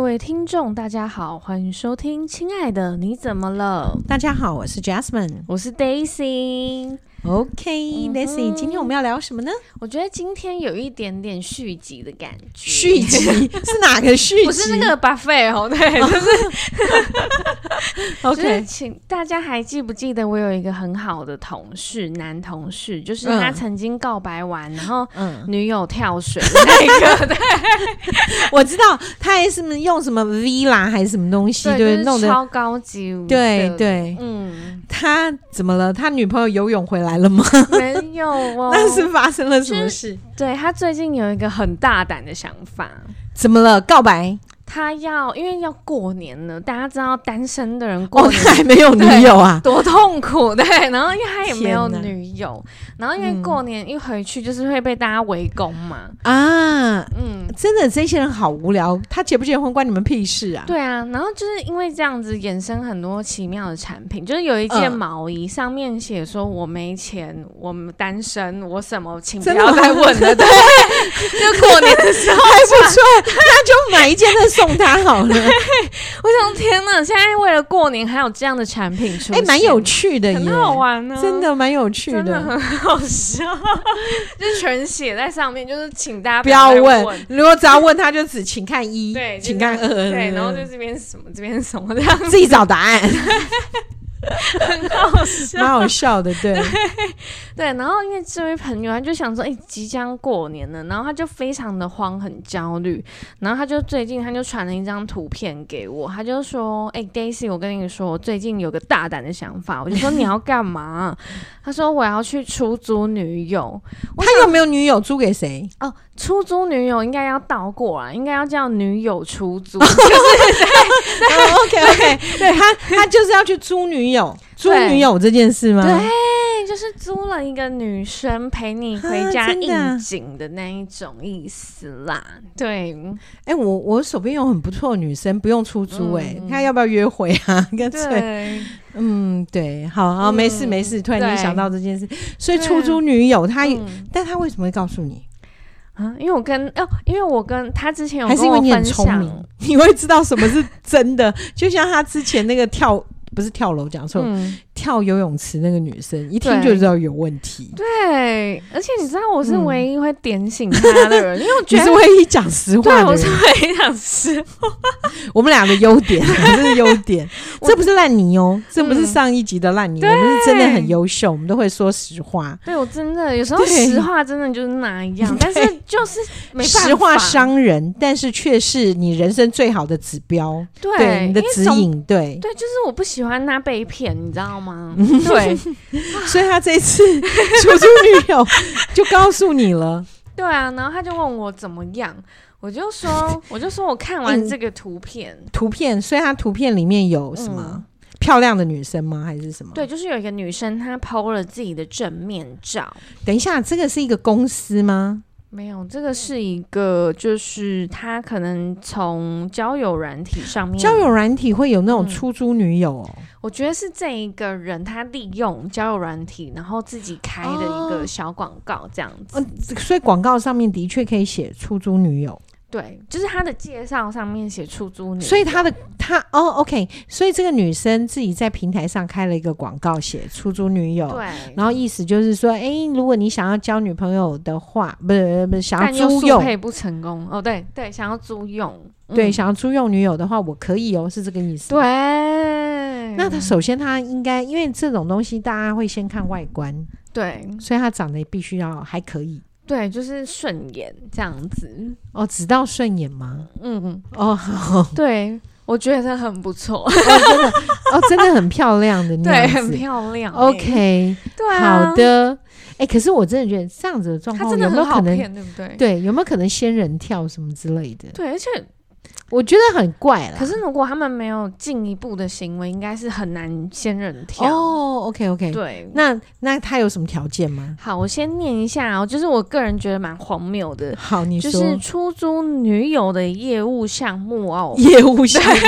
位听众，大家好，欢迎收听《亲爱的你怎么了》，大家好，我是 Jasmine。我是 Daisy。嗯 OK，Daisy，、今天我们要聊什么呢？我觉得今天有一点点续集的感觉，续 集是哪个续集？不是那个 buffet 哦，对，就是就是，OK，请大家还记不记得我有一个很好的同事，男同事，就是他嗯曾经告白完，然后嗯，女友跳水的那个，对我知道他还是用什么 V 啦，还是什么东西，就 对，是弄得超高级的，对对。 嗯，他怎么了？他女朋友游泳回来了吗？没有哦，那是发生了什么是事？对他最近有一个很大胆的想法。怎么了？告白？他要，因为要过年了，大家知道单身的人过哦，年他还没有女友啊？多痛苦，对。 然后因为他也没有天哪女友，然后因为过年一回去就是会被大家围攻嘛，啊，嗯，真的，这些人好无聊。他结不结婚关你们屁事啊？对啊。然后就是因为这样子衍生很多奇妙的产品，就是有一件嗯毛衣、上面写说我没钱，我们单身，我什么，请不真的要吗再问 了，对。就过年的时候，还不错，那就买一件再送他 好了。哎我想天哪，现在为了过年还有这样的产品出现，哎、蛮有趣的耶，很好玩啊呢、真。的蛮有趣真的的。很好笑， 就是全写在上面，就是请大家不要再问问，如果只要问他，就只请看一，对，就是请看呃二，对，然后就这边什么，这边什么，这样 自己找答案， 很好笑。蛮好笑的。对，对，然后因为这位朋友他就想说，哎、即将过年了，然后他就非常的慌，很焦虑，然后他就最近他就传了一张图片给我，他就说，哎、d a i s y 我跟你说，我最近有个大胆的想法，我就说你要干嘛？ 他说我要去出租女友，他有没有女友租 给谁？哦，出租女友应该要倒过来，应该要叫女友出租。 哦 OK OK，对 他，他就是要去租女友，租对女友这件事吗？对，就是租了一个女生陪你回啊家 真的啊应景的那一种意思啦。对，哎、我我手边有很不错的女生，不用出租、哎、嗯嗯看要不要约会啊？干脆，对，嗯，对，好好，嗯没事没事。突然间对想到这件事，所以对啊出租女友，他、嗯但他为什么会告诉你？啊，因为我跟哦，因为我跟他之前有还是跟因为我你很分聪享，明，你会知道什么是真的。就像他之前那个跳，不是跳楼，讲错，嗯，跳游泳池那个女生，一听对就知道有问题。对，而且你知道我是嗯唯一会点醒他的 人，因为我觉你是得。唯一讲实话对，啊的我是人。唯一想 吃，我们俩的优 点，这是优点，我这不是烂泥哦，这不是嗯上一集的烂泥，我们是真的很优秀，我们都会说实话。对我真的有时候对实话真的就是那样，但是就是没办法，实话伤人，但是却是你人生最好的指标，对对你的因为指总引，对。对，就是我不喜欢他被骗，你知道 吗？对， 所以他这次出租女友就告诉你了，对啊，然后他就问我怎么样，我就 说，我就说我看完这个图片，图片，所以它图片里面有什么、漂亮的女生吗？还是什么？，嗯对，就是有一个女生她 PO 了自己的正面照，等一下，这个是一个公司吗？没有，这个是一个就是她可能从交友软体上面，交友，软体会有那嗯种出租女友哦，我觉得是这一个人她利用交友软体，然后自己开的一个哦小广告这样子，所以广告上面的确可以写出租女友，对，就是她的介绍上面写出租女友，所以她的她哦，OK，所以这个女生自己在平台上开了一个广告，写出租女友。对，然后意思就是说，诶，如果你想要交女朋友的话，不是不是想但要又租速用，配不成功，哦，对对，想要租用，嗯对，想要租用女友的话，我可以哦，是这个意思。对，那他首先他应该，因为这种东西大家会先看外观，对所以他长得必须要还可以对，就是顺眼这样子，哦，只到顺眼吗？嗯，哦，好哦对，我觉得很不错，真的哦，真的很漂亮的那对，样子，很漂亮欸、 OK，、对啊，好，的。哎、可是我真的觉得这样子的状他况真有的没有很可好能？骗，对欸不对？对，有没有可能仙人跳什么之类的？对，而且我觉得很怪啦。可是如果他们没有进一步的行为，应该是很难仙人跳。哦，OK OK，对，那那他有什么条件吗？好，我先念一下哦，就是我个人觉得蛮荒谬的，好，你就说、是出租女友的业务项目哦，业务效应，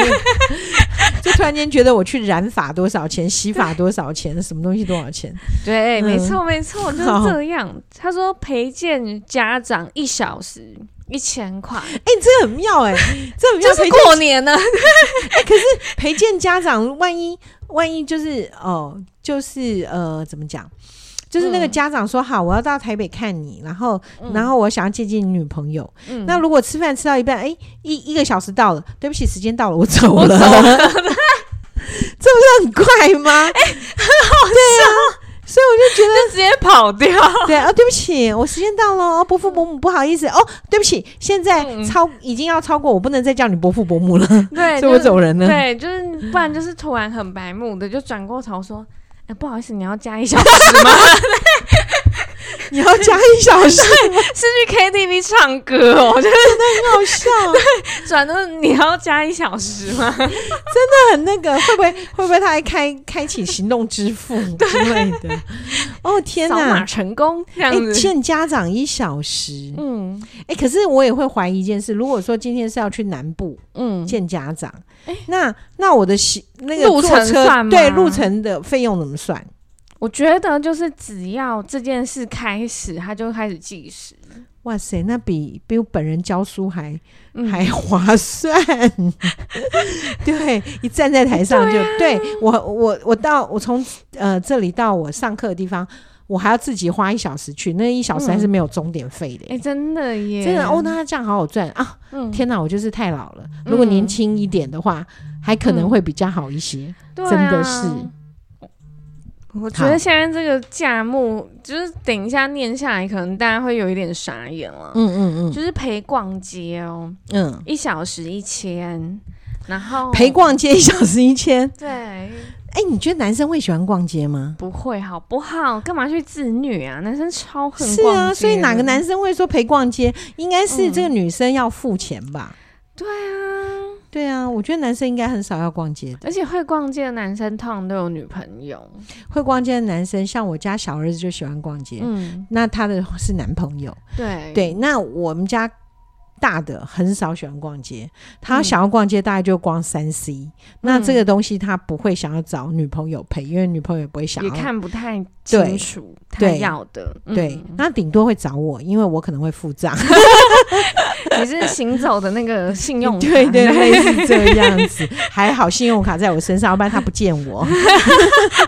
就突然间觉得我去染发多少钱，洗发多少钱，什么东西多少钱？对，嗯没错，没错，就是好这样。他说陪见家长一小时，一千 块， 哎、你这很妙 哎、这很这妙。可是以过年呢，陪见家长，万一万一就是哦、就是呃，怎么讲？就是那个嗯家长说好，我要到台北看你，然后、 然后我想要接近你女朋友。嗯那如果吃饭吃到一半，哎、一一个小时到了，对不起，时间到了，我走了，我走 这不是很怪吗？啊哎、就直接跑掉。 对啊，对不起，我时间到了，哦伯父伯母不好意思哦，对不起，现在嗯超、已经要超过，我不能再叫你伯父伯母 了， 对，所以就我走人了。对，就是不然就是突然很白目的，就转过头说：“哎、不好意思，你要加一小时吗？ 你要加一小时， 是去 KTV 唱歌哦。” 就很好笑，是转到你要加一小时吗？很 那个，会不会会不会他还开开启行动支 付之类的？哦天扫码哪！成功这样哎、子。欠家长一小时，嗯哎、可是我也会怀疑一件事：如果说今天是要去南部，嗯，哎见家长。那那我的行那个路坐程车算吗对路程的费用怎么算？我觉得就是只要这件事开始，他就开始计时。哇塞，那比比我本人教书还、嗯还划算。 对，一站在台上就啊对,、我我我到我从呃这里到我上课的地方，我还要自己花一小时去，那一小时还是没有钟点费的嗯哎、。真的耶，真的哦，那这样好好赚啊！嗯，天哪，我就是太老了。如果嗯年轻一点的话，还可能嗯会比较好一些。对啊真的是我觉好得现在这个价目，就是等一下念下来，可能大家会有一点傻眼了。嗯嗯就是陪逛街哦，嗯一小时一千，然后嗯，陪逛街一小时一千，对，哎、你觉得男生会喜欢逛街吗？不会好不好？干嘛去自虐啊？男生超恨是逛街啊，的所以哪个男生会说陪逛街？应该是这个女生要付钱吧？对啊？对啊，我觉得男生应该很少要逛街的。而且会逛街的男生通常都有女朋友，会逛街的男生，像我家小儿子就喜欢逛街，嗯，那他的是男朋友。对对，那我们家大的很少喜欢逛街，他嗯想要逛街大概就逛三 C、那嗯这个东西他不会想要找女朋友陪，因为女朋友也不会想也要。看不太对清楚他对要的，嗯对，那顶多会找我，因为我可能会付账。 你是行走的那个信用卡，对对，类似这样子。 还好信用卡在我身上，要不然他不见我。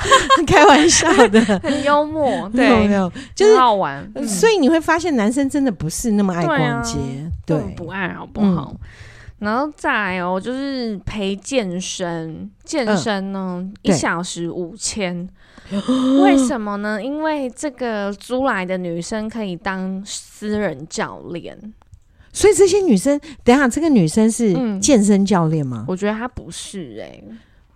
开玩笑的，很幽 默，没有没 对，有，就是很好玩，嗯所以你会发现男生真的不是那么爱对啊逛街，对,、嗯根本不爱好不好？然后再来哦，就是陪健身，健身呢、一嗯对小时五 千，为什么呢？因为这个租来的女生可以当私人教练，嗯所以这些女生，等一下这个女生是嗯健身教练吗？我觉得她不是哎、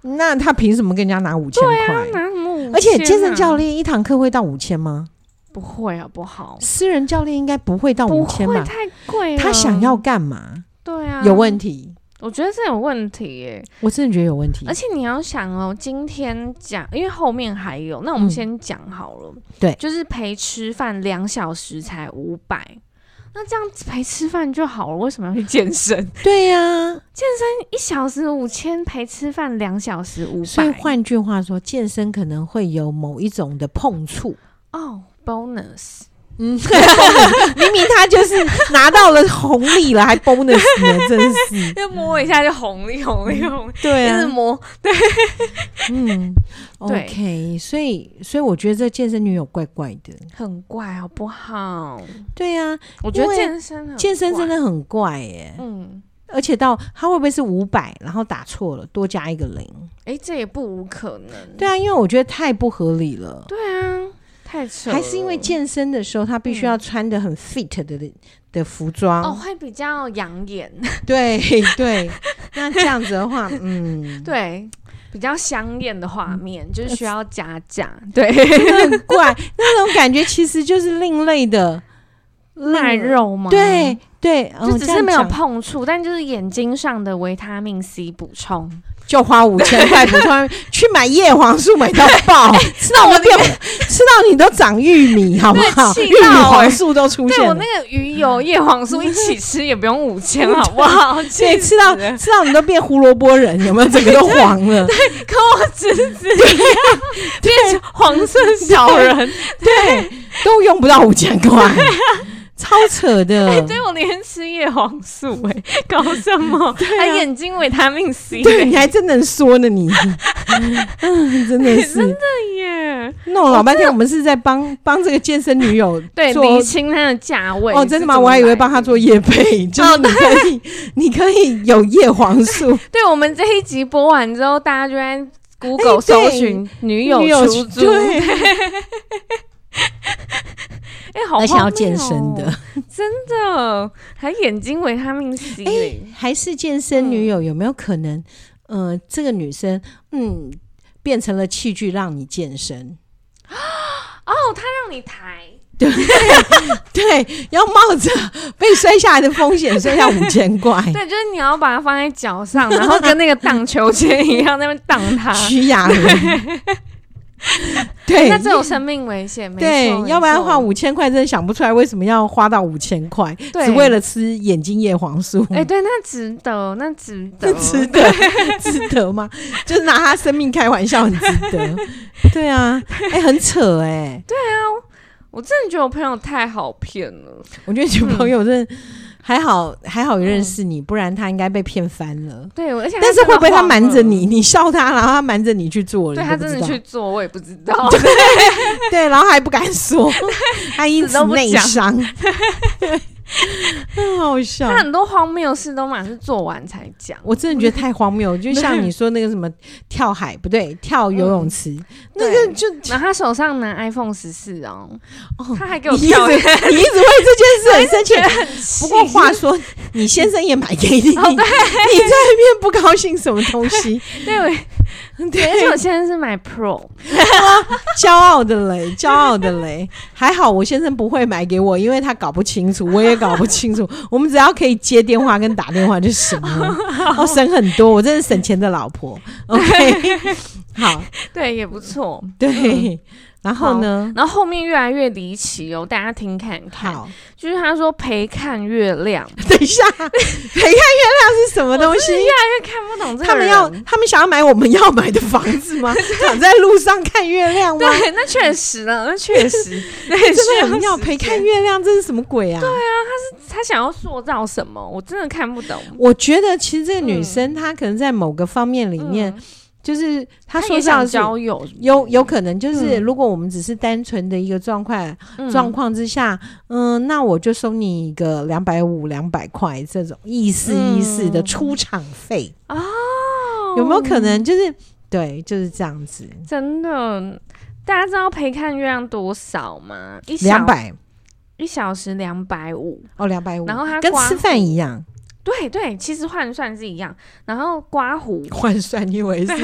那她凭什么跟人家拿五千块？拿什么五千啊、而且健身教练一堂课会到五千吗？不会好不好？私人教练应该不会到不五千会吧？太贵了，他想要干嘛？对啊，有问，题，我觉得这有问题耶、我真的觉得有问题而。且你要想哦，今天讲，因为后面还有，那我们嗯先讲好了。对就是陪吃饭两小时才五百，那这样子陪吃饭就好了，为什么要去健 身？对呀、一小时五千，陪吃饭两小时五百，所以换句话说，健身可能会有某一种的碰触。哦，bonus。嗯， 明明他就是拿到了红利了，还 bonus 呢，真是。就摸一下就红了，红了，红了， 嗯对一直啊，摸。嗯对，OK，所以所以我觉得这健身女友怪怪的。很怪，好不好？对啊，我觉因得为健身很嗯健身怪真，的很怪耶、嗯，而且到他会不会是五百，然后打错了，多加一个零？哎、这也不无可能。对啊，因为我觉得太不合理了。对啊，太扯了。还是因为健身的时候，他必须要穿的很 fit 的、的服装哦，会比较养眼。 对对，那这样子的话， 嗯，对，比较香艳的画面，就是需要加 价。对，真的很怪，那种感觉其实就是另类的卖，肉吗？另对。对，就嗯只这是样没有讲碰触，但就是眼睛上的维他命 C 补充。就花五千块，普通人 去买叶黄素买到爆，哎吃到我变，吃到你都长玉米，好不对好？气玉米到黄欸素都出对我现那了，个鱼油、叶黄素一起吃也不用五 千，好不好？对，气吃到死了吃到你都变胡萝卜人，有没有？整个都黄了。跟我侄子一 样， 变成黄色小人。对，都用不到五千块。超扯的。哎对我连吃叶黄素哎、搞什么？对啊还眼睛维他命 C 对，哎你还真能说呢， 你，嗯，真的真是耶，弄老半天，我们是在帮帮这个健身女友 对，做厘清它的价位哦，真的是吗？怎么我还以为来帮的她哦做 夜配，就是你可以，你可以有叶黄素对，我们这一集播完之后，大家就在 Google 哎对搜寻 女友出租， 对，哎、好、而且要健身的，，真的，还眼睛维他命 C 哎嘞、还是健身女嗯友有没有可能？呃，这个女生，嗯，变成了器具让你健身， 哦，他让你抬，对，要冒着被摔下来的风 险，摔下五千块，对，就是你要把它放在脚上，然后跟那个荡秋千一样，在那边荡 它。哎徐 雅伦，对，那这有生命危险，没对错，要不然没错花五千块，真的想不出来为什么要花到五千块，对只为了吃眼睛叶黄素。哎、对，那值得，那值得这， 值得值得吗？就是拿他生命开玩笑，很值 得。对啊，哎、很扯哎、我真的觉得我朋友太好骗了，我觉得女朋友真的、还好，嗯还好有认识你，不然他应该被骗翻了。对，而且他但是真的会不会他晃瞒着了你，？你笑他，然后他瞒着你去做了？对你他都真不的知道去做，我也不知 道。 对，然后还不敢说，他因死此都不内讲 伤，对，很好笑他。很多荒谬事都满是做完才讲。我真的觉得太荒谬， 就像你说那个什么跳海不对，跳游泳池，那 对个就然后他手上拿 iPhone 十四哦，他还给我你一直跳， 你一直为这件事很 生气。不过话气说，你先生也买给你，你在哦那边不高兴什么东西？ 对，我对，而且我现在是买 Pro，骄傲的嘞，骄傲的嘞。还好我先生不会买给我，因为他搞不清楚，我也搞不 清楚。我们只要可以接电话跟打电话就行了，哦，省很多。我真是省钱的老婆。OK，好， 对，也不错。嗯对。然后呢？然后后面越来越离奇哦，大家听看看，好，就是他说陪看月亮，等一下，陪看月亮是什么东西？因为看不懂这个他们要人他们想要买我们要买的房 子吗？躺在路上看月亮吗？对，那确实了，那确实，那也需真的要很要陪时间看。月亮，这是什么鬼啊？对啊，他想要塑造什么？我真的看不懂。我觉得其实这个女生她可能在某个方面里面，嗯就是她他说也这样想是交友，有有可能就是，嗯如果我们只是单纯的一个状况嗯状况之下，嗯，那我就收你一个两百五、两百块这种意思意思的嗯出场费，哦，有没有可能就是对就是这样子？真的，大家知道陪看月亮多少吗？一小两百一小时两百五，哦，两百五，然后他跟刮吃饭一样。对对，其实换算是一样。然后刮胡， 换算，你以为 是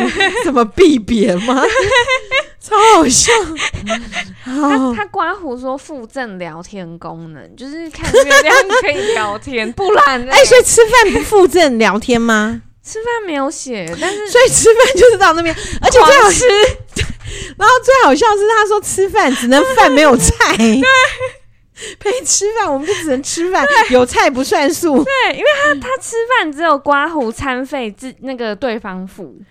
什么币别吗？ 超好 笑！他好，他刮胡说附赠聊天功能，就是看月亮可以聊 天，不然呢？哎、所以吃饭不附赠聊 天吗？吃饭没有写，但是所以吃饭就是到那边，而且最好狂 吃，然后最好笑是他说吃饭只能饭没有 菜，对，陪吃饭我们就只能吃饭，有菜不算数。对，因为他他吃饭只有刮胡餐费自那个对方付。哦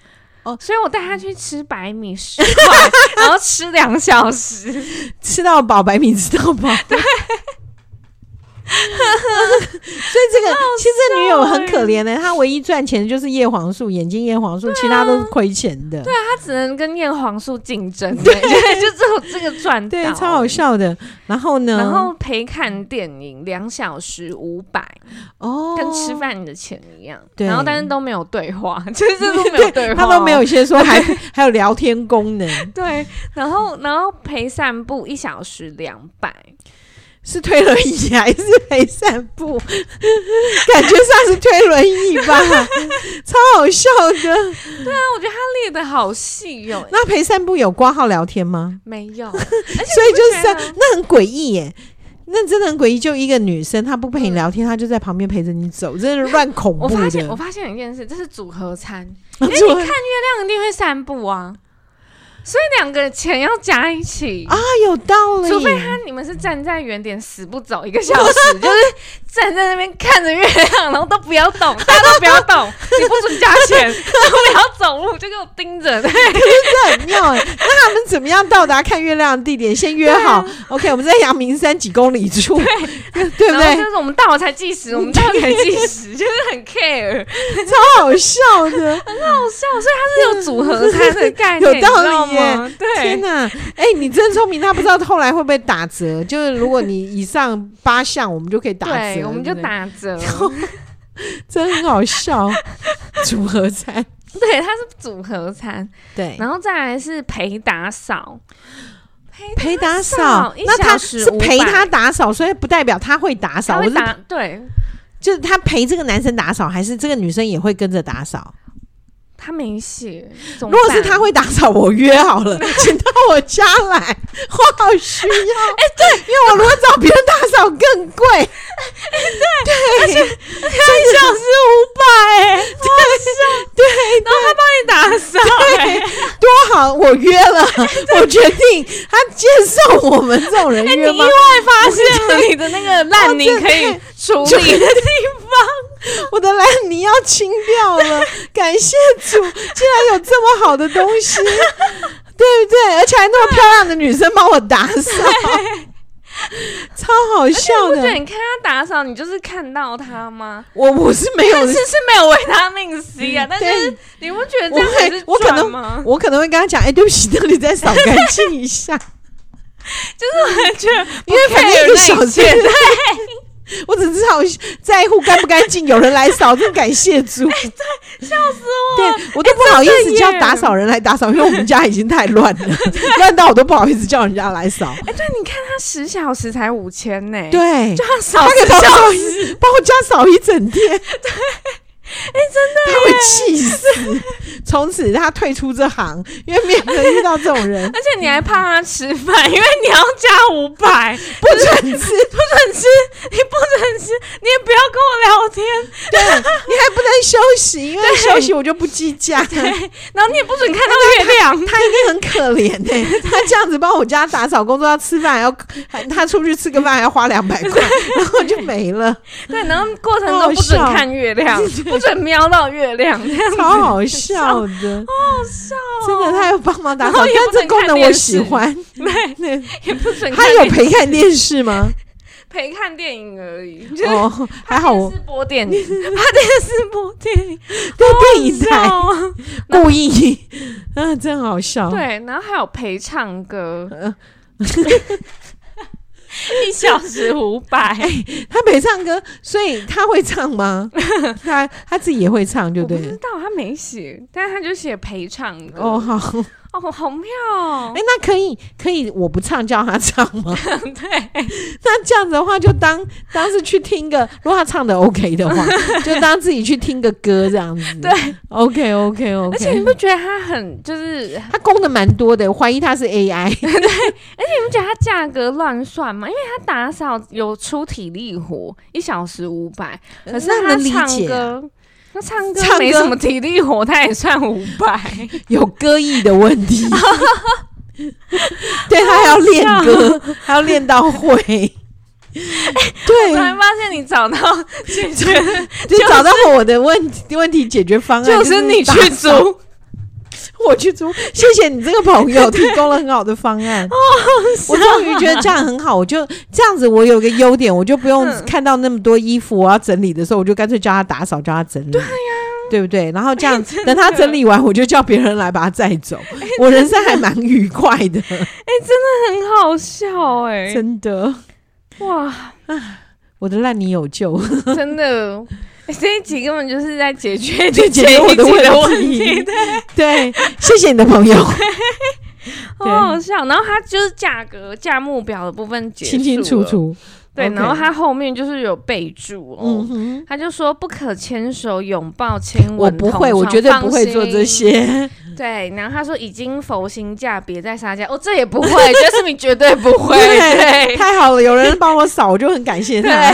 哦，所以我带他去吃白米十 块，然后吃两小时，吃到饱，白米吃到饱。对。 所以这个其实这女友很可欸怜的、她唯一赚钱的就是叶黄素、眼睛叶黄素，啊其他都是亏钱的。他只能跟叶黄素竞争，对， 就只有这个赚到，对，超好。笑的。然后呢？然后陪看电影两小时五百，哦，跟吃饭的钱一样。对然后但是都没有对 话， 就是都没有对话，他都没。有先说还还有聊天功能，对，然后然后陪散步一小时两百， 是推轮椅还是陪散步？ 感觉像是推轮椅 吧，超好笑的。那我觉得他列的好细哦，那陪散步有挂号聊天吗？没 有，所以就是这样觉得那很诡异耶。那真的很诡异，就一个女生，她不陪你聊天，她就在旁边陪着你走，真的是乱恐怖我的。发现我发现一件事，这是组合 餐，就啊因为你看月亮一定会散步啊，所以两个钱要加一起啊，有道理。 除非他你们是站在原点死不走一个小时，就是站在那边看着月亮，然后都不要动，大家都不要动，你不准加钱， 都不要走路，就给我盯着。对这很妙哎、 那他们怎么样到达看月亮的地点？先约好，OK，我们在阳明山几公里处， 对不然后对就？是我们到了才计 时，我们到了才计时，就是很 care，超好笑的，好笑。所以它是有组合餐的概 有念，道理你知道吗？ 天对，哪！哎、你真聪明，他不知道后来会不会打折。就是如果你以上八项，我们就可以打折，对，我们就对不对，打折。 真很好笑，组 合餐，对，它是组合餐，对，然后再来是陪打扫。陪打扫一那他小时是500陪他打扫，所以不代表他会打扫，他我会是打对，就是他陪这个男生打扫，还是这个女生也会跟着打扫？他没写。如如果是他会打扫，我约好 了，请到我家来，我好需要。哎、对，因为我如果找别人打扫更贵。哎对，对，三小时五 百，哎，对然后他帮你打扫、对哎对，多好！我约了，我决定他接受我们这种人哎，你约意吗外？发现了你的那个烂泥可以处就理的地 我的烂泥要清掉了，感谢主，竟然有这么好的东西，对不对？而且还那么漂亮的女生帮我打扫，超好笑方，对，的。你看他打扫，你就是看到他吗？我哎我是没有但是，是没有维他命 C 啊，但是对你不觉得这我样才会是，我可赚能吗？我可能会跟他讲，哎，对不起，那里再扫干净一下， 就是我觉得不因为反正一 care 个那小一时件，。我只知道在乎干不干净，有人来扫，真感谢主。对哇我都不好意真思的叫耶打扫人来打扫，因为我们家已经太乱了， 乱到我都不好意思叫人家来扫。哎，对，你看他十小时才五千呢，，对就，他他扫可以十帮我小扫时，一，帮我家扫一整天，哎，真的他耶会气死。 从此他退出这行，因为免得遇到这种人 ，而且你还怕他吃饭，因为你要加五百，不准吃。不准吃，你不准吃，你也不要跟我聊天，对你还不能休息，因为休息我就不计价。然后你也不准看到 月亮。他一定很可怜呢、他这样子帮我家打扫工作，要吃饭还要还他出去吃个饭还要花两百块，然后就没了，对，然后过程中不准看月亮，不准瞄到月亮，这 样子超好好笑笑的。哦、真的，他有帮忙打然扫，后也但不能这功能看我电喜视欢。对，对， 也不准看他有电陪看电视吗？陪看电影而已， 就是哦，还好我电视播电 影，他电视播电影，对电影好台笑哦 故意，啊，真好 笑。，对，然后还有陪唱歌呃， 一小时五百，他没唱歌，所以他会 唱吗？他他自己也会唱，对我不不知对？道他没写，但是他就写陪唱歌，哦，好，哦，好妙、哦哎、，那可以可以，我不唱叫他唱吗？ 对，那这样子的话，就当当是去听个，如果他唱的 OK 的话，就当自己去听个歌这样子。对，OK OK 而且你 OK。不觉得他很就是他功能蛮多的，我怀疑他是 AI。而且它价格乱算嘛，因为它打扫有出体力活，一小时五百，可是呃那它能理唱解啊歌，那唱唱歌歌没什么体力活，它也算五 百， 有歌艺的问 题。 对他还要练歌，还要练到 会。哎突然对，发现你找到解 决就找到我的问题问题解决方案，就是你去打 扫，租，我去租。谢谢你这个朋 友提供了很好的方案，我终于觉得这样很好。我就这样子，我有个优点，我就不用嗯看到那么多衣服，我要整理的时候，我就干脆叫他打扫，叫他整理。对呀。对不对？然后这样， 等他整理完，我就叫别人来把他载走。我人生还蛮愉快的，很好笑哎、 真的。哇，我的烂泥 有救，真 的。欸这一集根本就是在解决就你解决前一我集的的问问题题， 对， 对，谢谢你的朋友，好好笑。然后它就是价格、价目表的部分结束清清楚了，楚。对。 OK 然后它后面就是有备注哦，嗯哼，他就说不可牵手、拥抱、亲吻。我不会，同我床绝对不会做这。放心些。 对，然后他说已经佛心价，别再杀价。哦，这也不会， 就是你绝对不会。对太好了，有人帮我扫，我就很感谢他，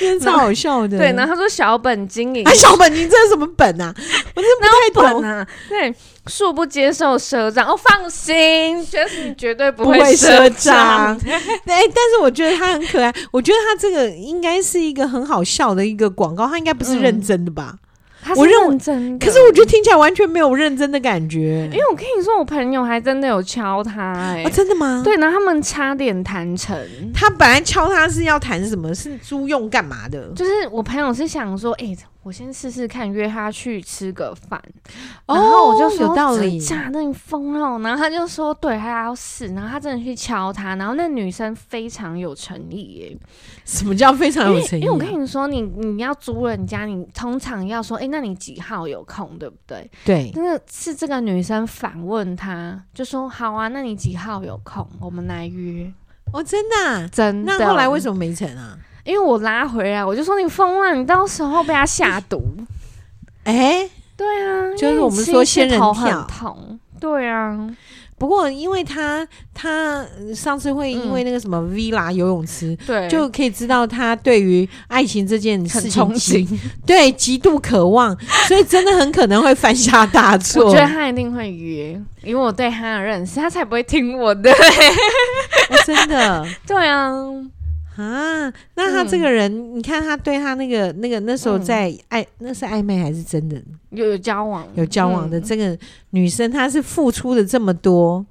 真的超好笑的。对，然后他说小本经营 哎，，小本，你这是什么本啊？我真的不太本懂。啊，对，恕不接受赊账。哦，放心，就是你绝对不不会会赊账账。 哎、但是我觉得他很可爱，我觉得他这个应该是一个很好笑的一个广告，他应该不是认真的吧？他是我认为认真的。可是我觉得听起来完全没有认真的感觉因。为我跟你说，我朋友还真的有敲他、欸，哎哦，真的吗？，对，然后他们差点谈成。他本来敲他是要谈什么？是租用干嘛的？就是我朋友是想说，哎、我先试试看，约他去吃个饭。哦然后我就说有道理假的你疯了哦。然后他就说，对，他要试。然后他真的去敲他，然后那女生非常有诚意耶，什么叫非常因为有诚意、因为我跟啊？你说，你你要租人家，你通常要说，哎、那你几号有空，对不对？对，真的是这个女生反问他，就说好啊，那你几号有空，我们来约。哦，真的啊、真的？那后来为么？什么没成啊？因为我拉回来，我就说你疯了，你到时候被他下毒。哎、对啊，就是因为我们说你吃一仙吃人头很跳痛。对啊，不过因为他他呃上次会因为那个什么 villa 游泳池，对就可以知道他对于爱情这件很事憧情极憬。对极度渴望， 所以真的很可能会犯下大错。我觉得他一定会约，因为我对他的认识，他才不会听我 的。哦 真的对啊，啊，那他这个人，你看他对他那个那个那时候嗯在暧、那是暧昧还是真的有有交往，有交往的嗯这个女生，她是付出的这么多，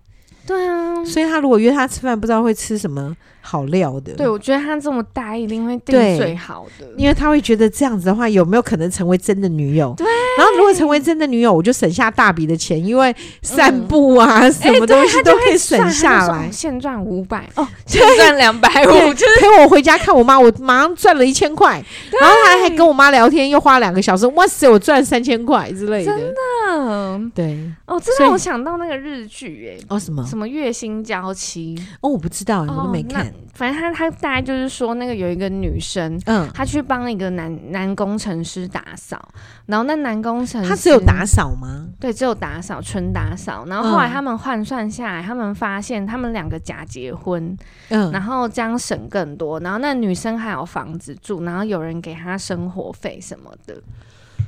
对啊，所以他如果约她吃饭，不知道会吃什么好料的。对，我觉得他这么大一定会定对最好的。因为他会觉得这样子的话，有没有可能成为真的女友？对。然后如果成为真的女友，我就省下大笔的钱，因为散步啊、嗯 什么东西都可以省下算他就来说哦。现赚五百 哦，现赚两百对五，就是陪我回家看我妈，我马上赚了一千块，然后他还跟我妈聊天，又花两个小时，哇塞，我赚三千块之类真的。嗯对，哦，这所以让我想到那个日剧哎、哦什么？什么月薪娇妻，哦，我不知道，我哦都没看。那反正他他大概就是说，那个有一个女生，嗯，她去帮一个男男工程师打扫，然后那男工程师他只有打扫吗？对，只有打扫，纯打扫。然后后来嗯他们换算下来，他们发现他们两个假结婚，然嗯，后这样省更多。然后那女生还有房子住，然后有人给她生活费什么的，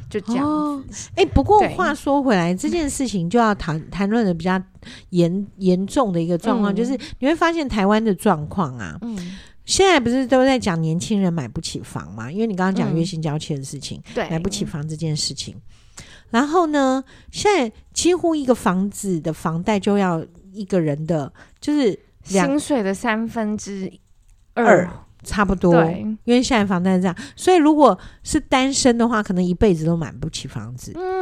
就这样。哦，哎，不过对嗯话说回来，这件事情就要谈谈论的比较严严重的一个状况，嗯就是你会发现台湾的状况啊，嗯，现在不是都在讲年轻人买不起房嘛？因为你刚刚讲嗯月薪交期的事情，对，买不起房这件事情。然后呢，现在几乎一个房子的房贷就要一个人的，就是两薪水的三分之二差不多。对，因为现在房贷是这样，所以如果是单身的话，可能一辈子都买不起房子。嗯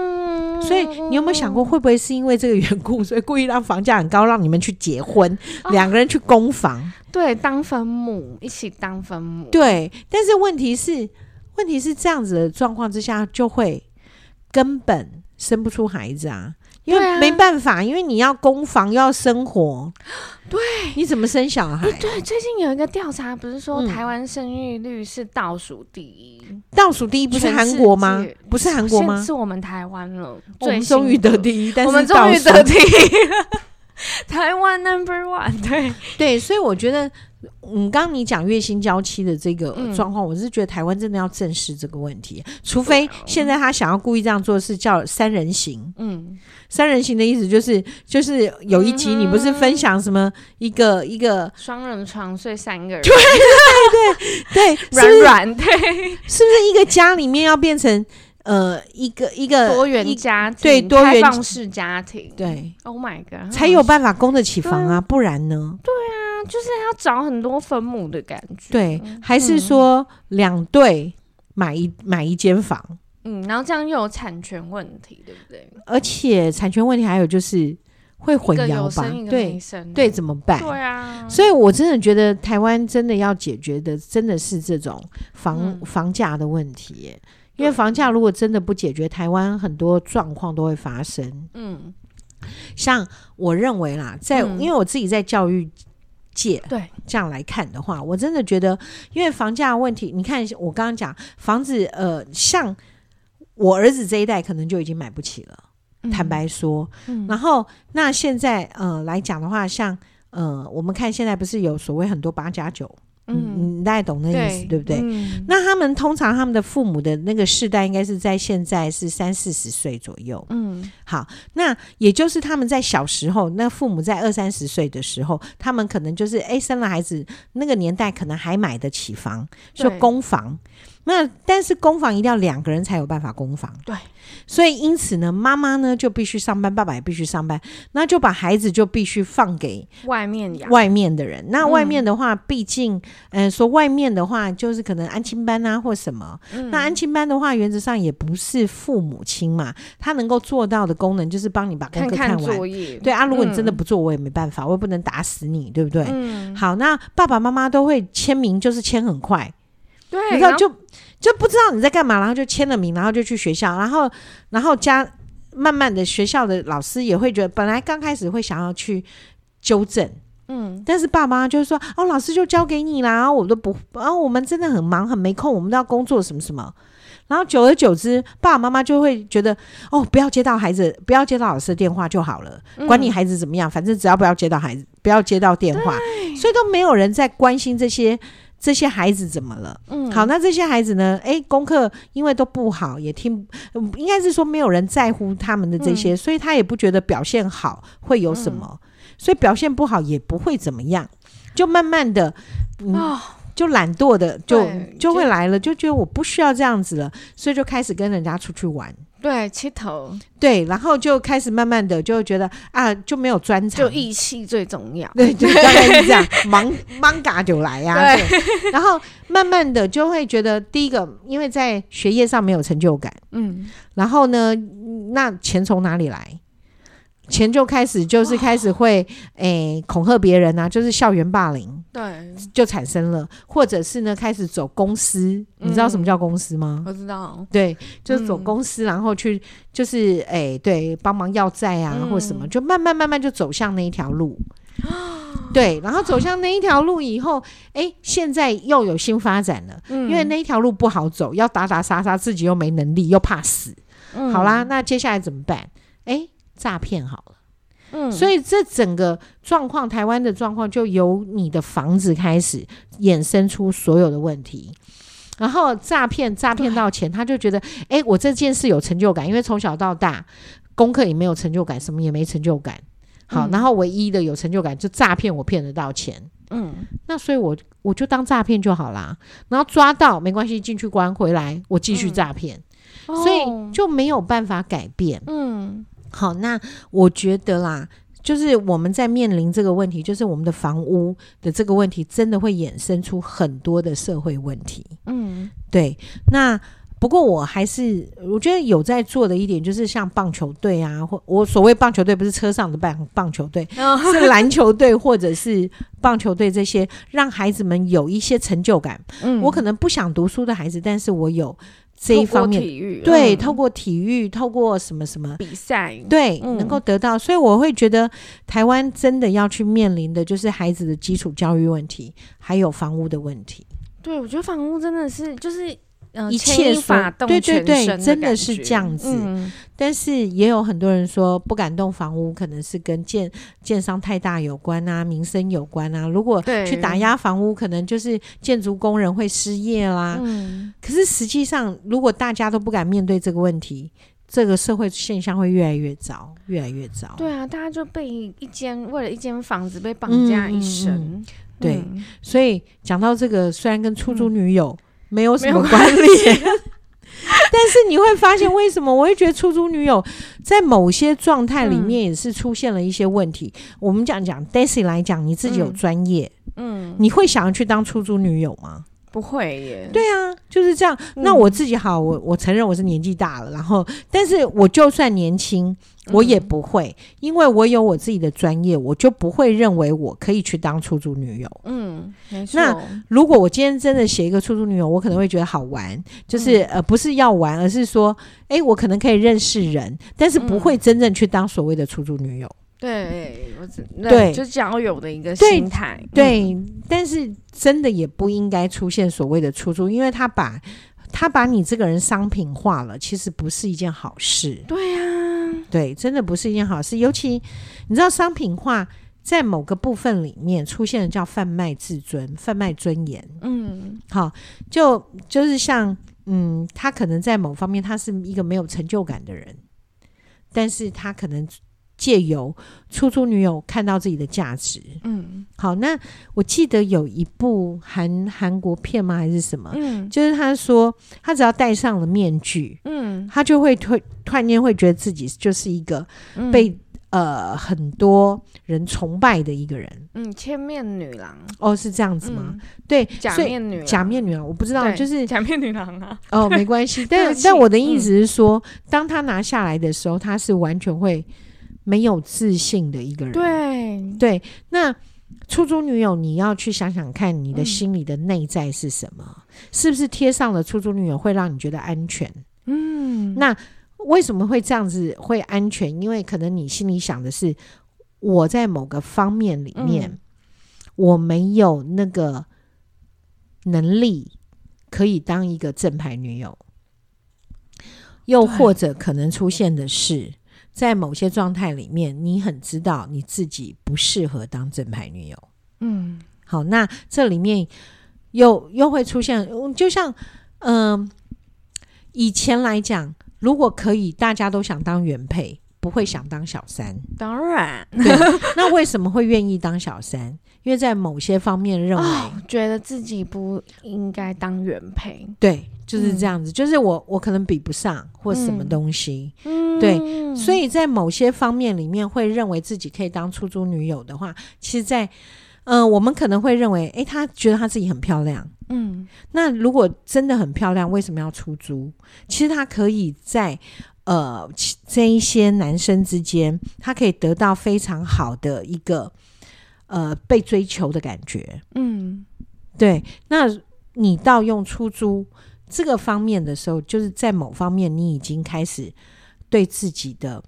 所以你有没有想过，会不会是因为这个缘故， 所以故意让房价很高，让你们去结婚，哦两个人去供房？对当分母一起当分母？对，但是问题是，问题是这样子的状况之下，就会根本生不出孩子啊，因对啊为没办法，因为你要供房，又要生活， 对，呃你怎么生小孩？对，最近有一个调查，不是说嗯台湾生育率是倒数第一，倒数第一不是全韩世国吗界？不是韩国现吗？是我们台湾了，我们最新终于得的，第一，但是我们终倒于数得第一了， 台湾 number one，对，对，所以我觉得，嗯，刚刚你讲月薪娇妻的这个嗯状况，我是觉得台湾真的要正视这个问题，除啊非现在他想要故意这样做，是叫三人行。嗯，三人行的意思就是，就是有一嗯集哼你不是分享什么一个一个双人床睡三个人，对，是不软是软对，是不是一个家里面要变成呃一个一个多元一家庭，对多元开放式家庭，对， ，Oh my god，才有办法供得起房啊，不然呢？那就是要找很多分母的感觉，对，还嗯是说两对买一买一间房，嗯，然后这样又有产权问题，对不对？而且产权问题还有就是会混一个有淆吧生一？个没对生，对，怎么办？对啊，所以，我真的觉得台湾真的要解决的，真的是这种房、嗯房价的问题耶。因对为房价如果真的不解决，台湾很多状况都会发生。嗯，像我认为啦，在、嗯因为我自己在教育界对，这样来看的话，我真的觉得，因为房价问题，你看我刚刚讲房子，呃，像我儿子这一代可能就已经买不起了。坦白说，嗯，然后那现在呃来讲的话，像呃我们看现在不是有所谓很多八加九，嗯，嗯，你大概懂那个意思对不对？嗯那他们通常他们的父母的那个世代应该是在现在是三四十岁左右，嗯好，那也就是他们在小时候，那父母在二三十岁的时候，他们可能就是哎生了孩子，那个年代可能还买得起房，对就公房。那但是公房一定要两个人才有办法公房，对，所以因此呢，妈妈呢就必须上班，爸爸也必须上班，那就把孩子就必须放给外面养，嗯外面的人。那外面的话，毕竟，嗯、说外面的话，就是可能安亲班啊或什么，嗯那安亲班的话，原则上也不是父母亲嘛，他能够做到的功能就是帮你把功看课看看完。作业，对啊，如果你真的嗯不做，我也没办法，我也不能打死你，对不对？嗯，好，那爸爸妈妈都会签名，就是签很快，对，你知道然后就就不知道你在干嘛，然后就签了名，然后就去学校，然后然后家慢慢的学校的老师也会觉得，本来刚开始会想要去纠正，嗯但是爸妈就说：“哦，老师就交给你啦，我都不，啊，我们真的很忙，很没空，我们都要工作什么什么。”然后久而久之，爸爸妈妈就会觉得：“哦，不要接到孩子，不要接到老师的电话就好了，管你嗯孩子怎么样，反正只要不要接到孩子，不要接到电话。”所以都没有人在关心这些这些孩子怎么了。嗯好，那这些孩子呢？诶，功课因为都不好，也听，嗯应该是说没有人在乎他们的这些，嗯所以他也不觉得表现好会有什么，所以表现不好也不会怎么样，就慢慢的，嗯，啊，就懒惰的就对就会就来了，就觉得我不需要这样子了，所以就开始跟人家出去玩。对，七头对，然后就开始慢慢的就觉得啊，就没有专长，就义气最重要，对，就大概是这样，忙忙嘎就来呀、啊。对然后慢慢的就会觉得，第一个，因为在学业上没有成就感，嗯，然后呢，嗯那钱从哪里来？钱就开始就是开始会诶、恐吓别人啊，就是校园霸凌对，就产生了，或者是呢开始走公司，你知道什么叫公司吗？我知道，对，就是走嗯公司，然后去就是诶、对，帮忙要债啊、嗯或什么，就慢慢慢慢就走向那一 条路。对，然后走向那一条路以后，诶，现在又有新发展了，因因为那一条路不好走，要打打杀杀，自己又没能力，又怕死。嗯好啦，，那接下来怎么办？诶，诈骗好了。嗯，所以以这整个状况，台湾的状况就由你的房子开始衍生出所有的问题。然后诈骗，诈骗到钱，他就觉得，诶，我这件事有成就感，因为从小到大功课也没有成就感，什么也没成就感。好，嗯然后唯一的有成就感就诈骗，我骗得到钱，嗯，那所以我我就当诈骗就好啦。然后抓到没关系，进去关回来，我继续嗯诈骗，所以哦就没有办法改变。嗯好，那我觉得啦，就是我们在面临这个问题，就是我们的房屋的这个问题，真的会衍生出很多的社会问题。 嗯对，那不过我还是我觉得有在做的一点，就是像棒球队啊，或我所谓棒球队不是车上的棒棒球 队，然后是篮球队或者是棒球队这些，让孩子们有一些成就感。嗯我可能不想读书的孩子，但是我有这透一过方面。体育对，嗯透过体育，透过什么什么，比赛，对，嗯能够得到，所以我会觉得台湾真的要去面临的就是孩子的基础教育问题，还有房屋的问题，对，我觉得房屋真的是就是。呃一牵切一所发动对对全对身真的感是觉这样子嗯但是也有很多人说不敢动房屋，可能是跟建建商太大有关啊，民生有关啊。如果对，去打压房屋，可能就是建筑工人会失业啦。嗯，可是实际上，如果大家都不敢面对这个问题，这个社会现象会越来越糟，越来越糟。对啊，大家就被一间为了一间房子被绑架一生，对嗯所以讲到这个，虽然跟出租女友没有什么没有关联，但是你会发现为什么我会觉得出租女友在某些状态里面也是出现了一些问题。我们讲讲 Daisy 来讲，你自己有嗯专业，嗯，你会想要去当出租女友吗？ 不会耶， 对啊，就是这样。那嗯我自己好，我我承认我是年纪大了，然后，但是我就算年轻，嗯我也不会，因为我有我自己的专业，我就不会认为我可以去当出租女友。嗯，没错，那如果我今天真的写一个出租女友，我可能会觉得好玩，就是、呃不是要玩，而是说，诶，我可能可以认识人，但是不会真正去当所谓的出租女友。对我只对就交友的一个对心态，嗯对，嗯但是真的也不应该出现所谓的出租，因为他把他把你这个人商品化了，其实不是一件好事。对啊，对，真的不是一件好事。尤其你知道，商品化在某个部分里面出现的叫贩卖自尊、贩卖尊严。嗯好，就就是像嗯，他可能在某方面他是一个没有成就感的人，但是他可能借由出租女友看到自己的价值。嗯好，那我记得有一部韩韩国片吗？还是什么？嗯就是他说，他只要戴上了面具，嗯，他就会突突然间会觉得自己就是一个嗯被、呃很多人崇拜的一个人。嗯千面女郎哦，是这样子吗？嗯对，假所以面女郎假面女郎，我不知道，对就是假面女郎啊，哦，没关系。 对但不起嗯但我的意思是说，当他拿下来的时候，他是完全会没有自信的一个人。对，对，那出租女友，你要去想想看，你的嗯心里的内在是什么？是不是贴上了出租女友会让你觉得安全？嗯那为什么会这样子会安全？因为可能你心里想的是，我在某个方面里面，嗯我没有那个能力可以当一个正牌女友，又对或者可能出现的是。在某些状态里面，你很知道你自己不适合当正牌女友。嗯好，那这里面又又会出现，嗯就像嗯、以前来讲，如果可以，大家都想当原配，不会想当小 三。当然，对，那为什么会愿意当小三？因为在某些方面认为，哦，觉得自己不应该当原配，对，就是这样子，就是我我可能比不上或什么嗯东西，嗯对，所以在某些方面里面会认为自己可以当出租女友的话，其实在，嗯、我们可能会认为，诶，她觉得她自己很漂亮。嗯那如果真的很漂亮，为什么要出租？其实他可以在呃其这一些男生之间，他可以得到非常好的一个呃被追求的感觉。嗯对，那你到用出租这个方面的时候，就是在某方面你已经开始对自己的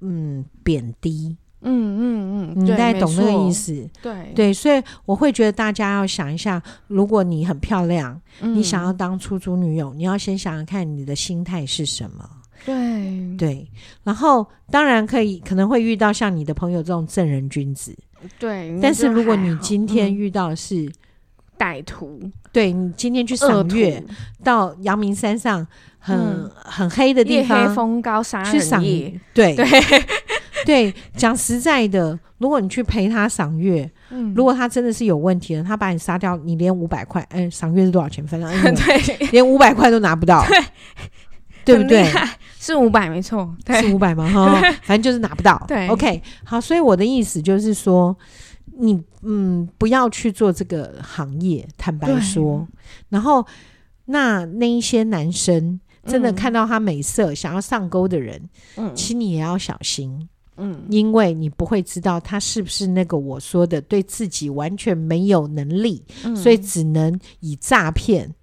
嗯贬低，嗯嗯嗯，你对大概懂那个意？没思？错对，对，所以我会觉得大家要想一下，如果你很漂亮。嗯你想要当出租女友，你要先想想看你的心态是什么。对对，然后当然可以，可能会遇到像你的朋友这种正人君子，对，但那是嗯就如果还你好今天嗯遇到的是，歹徒、对你今天去恶赏徒、月，到阳明山上很、嗯很黑的地夜黑方风高杀去人赏夜，，对嗯对，对，讲实在的，如果你去陪他赏月，嗯如果他真的是有问题的，他把你杀掉，你连五百块，哎，赏月是多少 钱？反 正嗯对，连五百块都拿不到， 对不很对厉？害？是五百没错，对，是五百嘛哈，反正就是拿不到。 对，OK，好，所以我的意思就是说，你嗯不要去做这个行业，坦白对说。然后那那一些男生真的嗯看到他美色、想要上钩的人，嗯请你也要小心，嗯因为你不会知道他是不是那个我说的对自己完全没有能力，嗯，所以只能以诈骗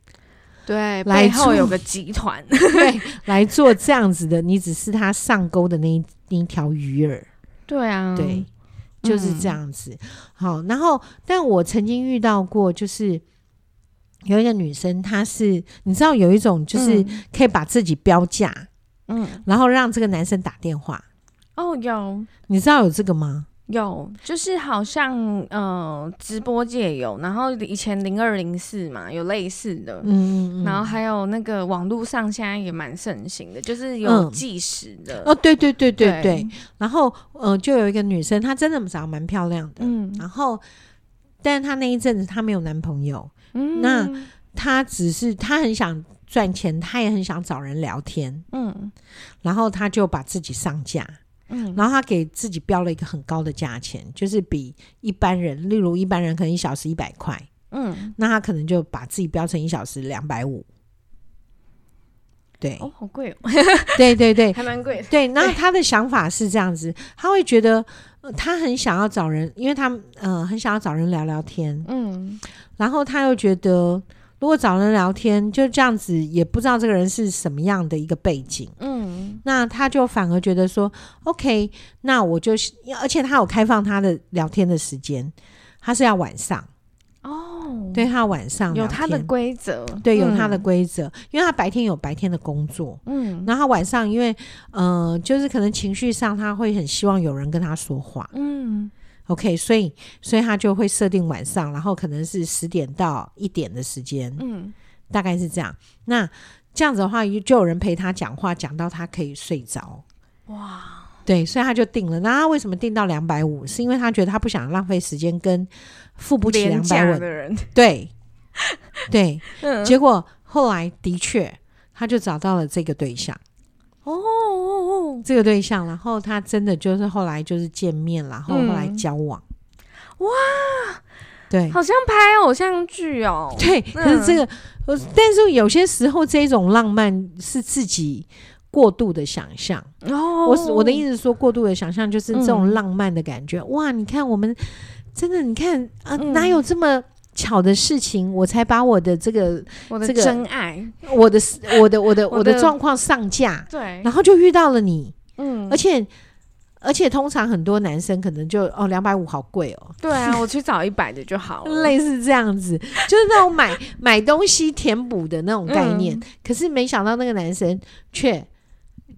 对来背后处有个集 团，对来做这样子的，你只是他上钩的那一那一条鱼饵。对啊，对，，就是这样子。好，然后但我曾经遇到过，就是有一个女生，她是你知道有一种就是可以把自己标价，嗯嗯然后让这个男生打电话，哦有。你知道有这个吗？有，就是好像呃，直播界有，然后以前零二零四嘛，有类似的，嗯，嗯嗯然后还有那个网络上现在也蛮盛行的，就是嗯有计时的。哦，对对对对对，对然后呃，就有一个女生，她真的长得蛮漂亮的，嗯然后。但她那一阵子她没有男朋友，嗯那她只是她很想赚钱，她也很想找人聊天，嗯然后她就把自己上架，嗯然后他给自己标了一个很高的价钱，就是比一般人，例如一般人可能一小时一百块，嗯，那他可能就把自己标成一小时两百五。对，哦，好贵哦，对对对还蛮贵的。对。那他的想法是这样子，他会觉得、呃他很想要找人，因为他呃很想要找人聊聊天，嗯然后他又觉得如果找人聊天就这样子，也不知道这个人是什么样的一个背景。嗯那他就反而觉得说，OK，那我就是，而且他有开放他的聊天的时间，他是要晚上，哦，哦，对他晚上有聊它的天规则，对有他的嗯，规则，因为他白天有白天的工作，嗯然后他晚上因为呃，就是可能情绪上他会很希望有人跟他说话嗯，OK，所以所以他就会设定晚上，然后可能是十点到一点的时间，嗯大概是这样。那这样子的话，就有人陪他讲话，讲到他可以睡着。哇，对，所以他就定了。那他为什么定到两百五？是因为他觉得他不想浪费时间跟付不起廉两价百嗯的五。人，对，对。嗯结果后来的确，他就找到了这个对象，哦哦这个对象，然后他真的就是后来就是见面，然后嗯后来交往。哇！对哦，好像拍偶像剧哦，对，嗯可是这个，呃但是有些时候这种浪漫是自己过度的想象。哦，嗯我是我的意思是说，过度的想象就是这种浪漫的感觉。哇，你看我们真的，你看啊，嗯哪有这么巧的事情？我才把我的这个、我的这个真爱，我的、我的、我的、我的我的状况上架，对，然后就遇到了你，嗯而，且。而且通常很多男生可能就哦两百五好贵哦，对啊，我去找一百的就好了，类似这样子，就是那 种买买东西填补的那种概念。嗯可是没想到那个男生却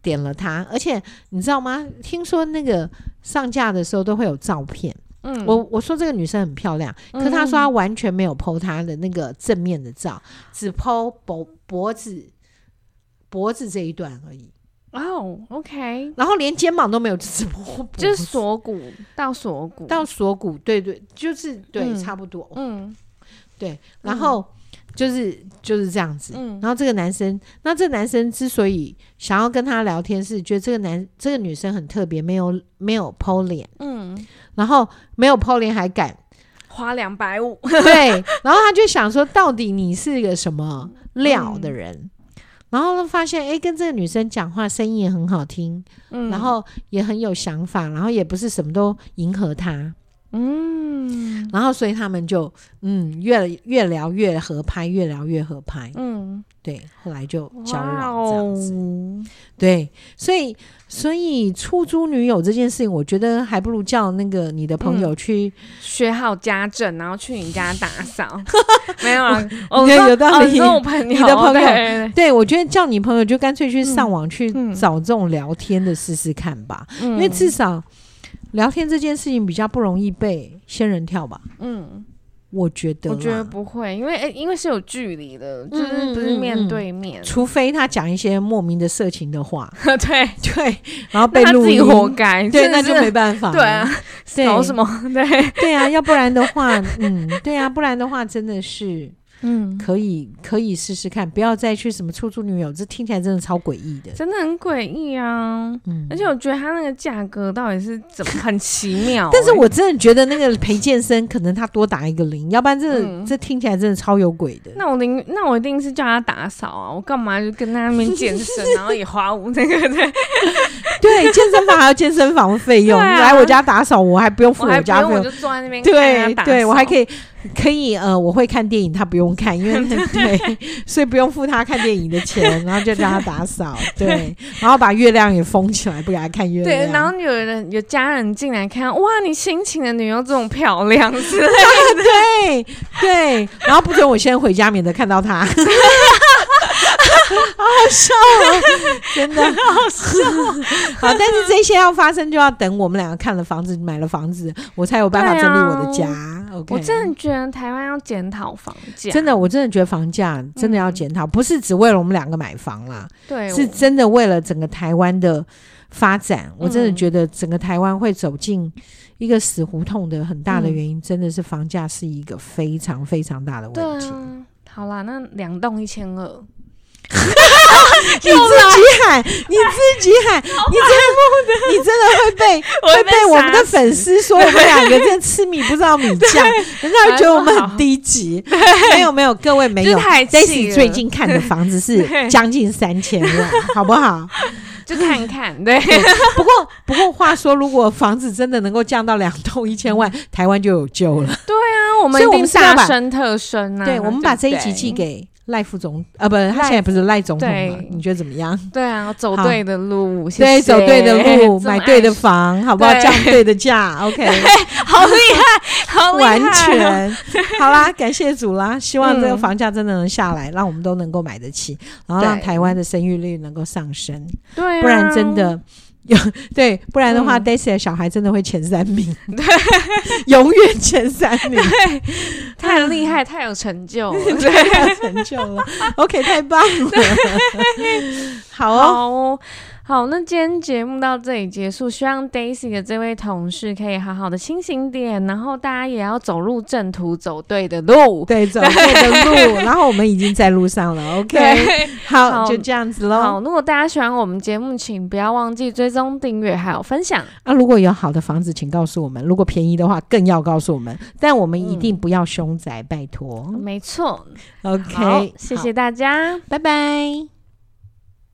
点了他，而且你知道吗？听说那个上架的时候都会有照片。嗯，我我说这个女生很漂亮，可是她说她嗯完全没有剖她的那个正面的照，只剖脖脖子脖子这一段而已，哦，OK，然后连肩膀都没有，只剖脖子就是锁骨到锁骨到锁骨，对对，就是对，嗯差不多。嗯然后就是就是这样子。嗯然后这个男生，那这个男生之所以想要跟他聊天，是觉得这个男这个女生很特别，没有没有剖脸，嗯，然后没有剖脸还敢 花两百五，对，然后他就想说，到底你是个什么嗯料的人？然后呢，发现哎，跟这个女生讲话声音也很好听，嗯然后也很有想法，然后也不是什么都迎合她，嗯然后所以他们就嗯，越越聊越合拍，越聊越合拍。嗯，对，后来就交哇哦往这样子。对，所以所以出租女友这件事情，我觉得还不如叫那个你的朋嗯友去，学好家政，然后去你家打 扫，没有啊？我你说有道哦理你说我朋友，你的朋友对对对对我觉得叫你朋友就干脆去嗯上网去嗯找这种聊天的试试看吧，嗯因为至少聊天这件事情比较不容易被仙人跳吧，嗯，我觉得，我觉得。不会，因为诶因为是有距离的，就是不是啊嗯嗯面对面，除非他讲一些莫名的色情的话，对， 对，然后被那他录自己音，活该，对，真的那就是没办 法了，对啊，对搞什么？ 对，对啊，要不然的话，嗯，对啊，不然的话真的是嗯，可以可以试试看，不要再去什么出租女友，这听起来真的超诡异的。真的很诡异啊！嗯，而且我觉得他那个价格到底是怎么很奇妙欸、 但是我真的觉得那个裴健生可能他多打一个零，要不然这、嗯这听起来真的超有鬼的。那我宁那我一定是叫他打扫啊！我干嘛就跟他那边健身，然后也花我那个 对，对，健身房还有健身房费用，对啊来我家打扫，我还不用付我还不家用费我用。就坐在那边对对，我还可以以可以呃，我会看电影，他不用 看，因为对，所以不用付他看电影的钱，然后就让他打扫， 对，然后把月亮也封起来，不给他看月亮。对，然后有人有家人进来看，哇，你新请的女优这么漂亮之 类的，对对，然后不准我先回家，免得看 到他。好好笑哦，真的好笑。好，但是这些要发生，就要等我们两个看了房子、买了房子，我才有办法对啊整理我的家。OK，我真的觉得台湾要检讨房价，嗯真的，我真的觉得房价真的要检讨，不是只为了我们两个买房啦，对是真的为了整个台湾的发展。我真的嗯觉得整个台湾会走进一个死胡同的很大的嗯原因，真的是房价是一个非常非常大的对问题。啊。好啦，那两栋一千二，你自己喊，你自己 喊，你真的，你真的会被我会被我们的杀死粉丝说我们两个真的吃米不知道米 酱，人家会觉得我们很低级。没有没有，各位没就是有。太气 Daisy 了最近看的房子 是对将近三 千万，好不好？就看看，对，不过不过话说，如果房子真的能够降到两栋一 千万，台湾就有救了。啊那我们所以一我定们是要大把声特声啊！对，我们把不这一集寄给赖副总啊，不，他现在不是赖总统嘛对？你觉得怎么样？对啊，走好对的路，谢对，谢走对的 路，这么买对的爱房，好不好？对降对的价 ，OK，好厉啊害，好厉害完 全好啦，感谢主啦，希望这个嗯房价真的能下来，让我们都能够买得起，然后让对台湾的生育率能够上升，对、啊，不然真的。有 对，不然的话、嗯 d a i s y 的小孩真的会前三 名，永远前三名，太厉害，太有成就 了。太有成就了。OK，太棒了， 好哦，好哦好，那今天节目到这里结束，希望 Daisy 的这位同事可以好好的清醒点，然后大家也要走入正途，走对的路。对，走对的 路，然后我们已经在路上了。OK，对好，好就这样子喽好，。如果大家喜欢我们节目，请不要忘记追踪、订阅还有分享。啊，如果有好的房子，请告诉我们；如果便宜的话，更要告诉我们。但我们一嗯定不要凶宅，拜托。没错，好 OK，，谢谢大家。好，拜拜。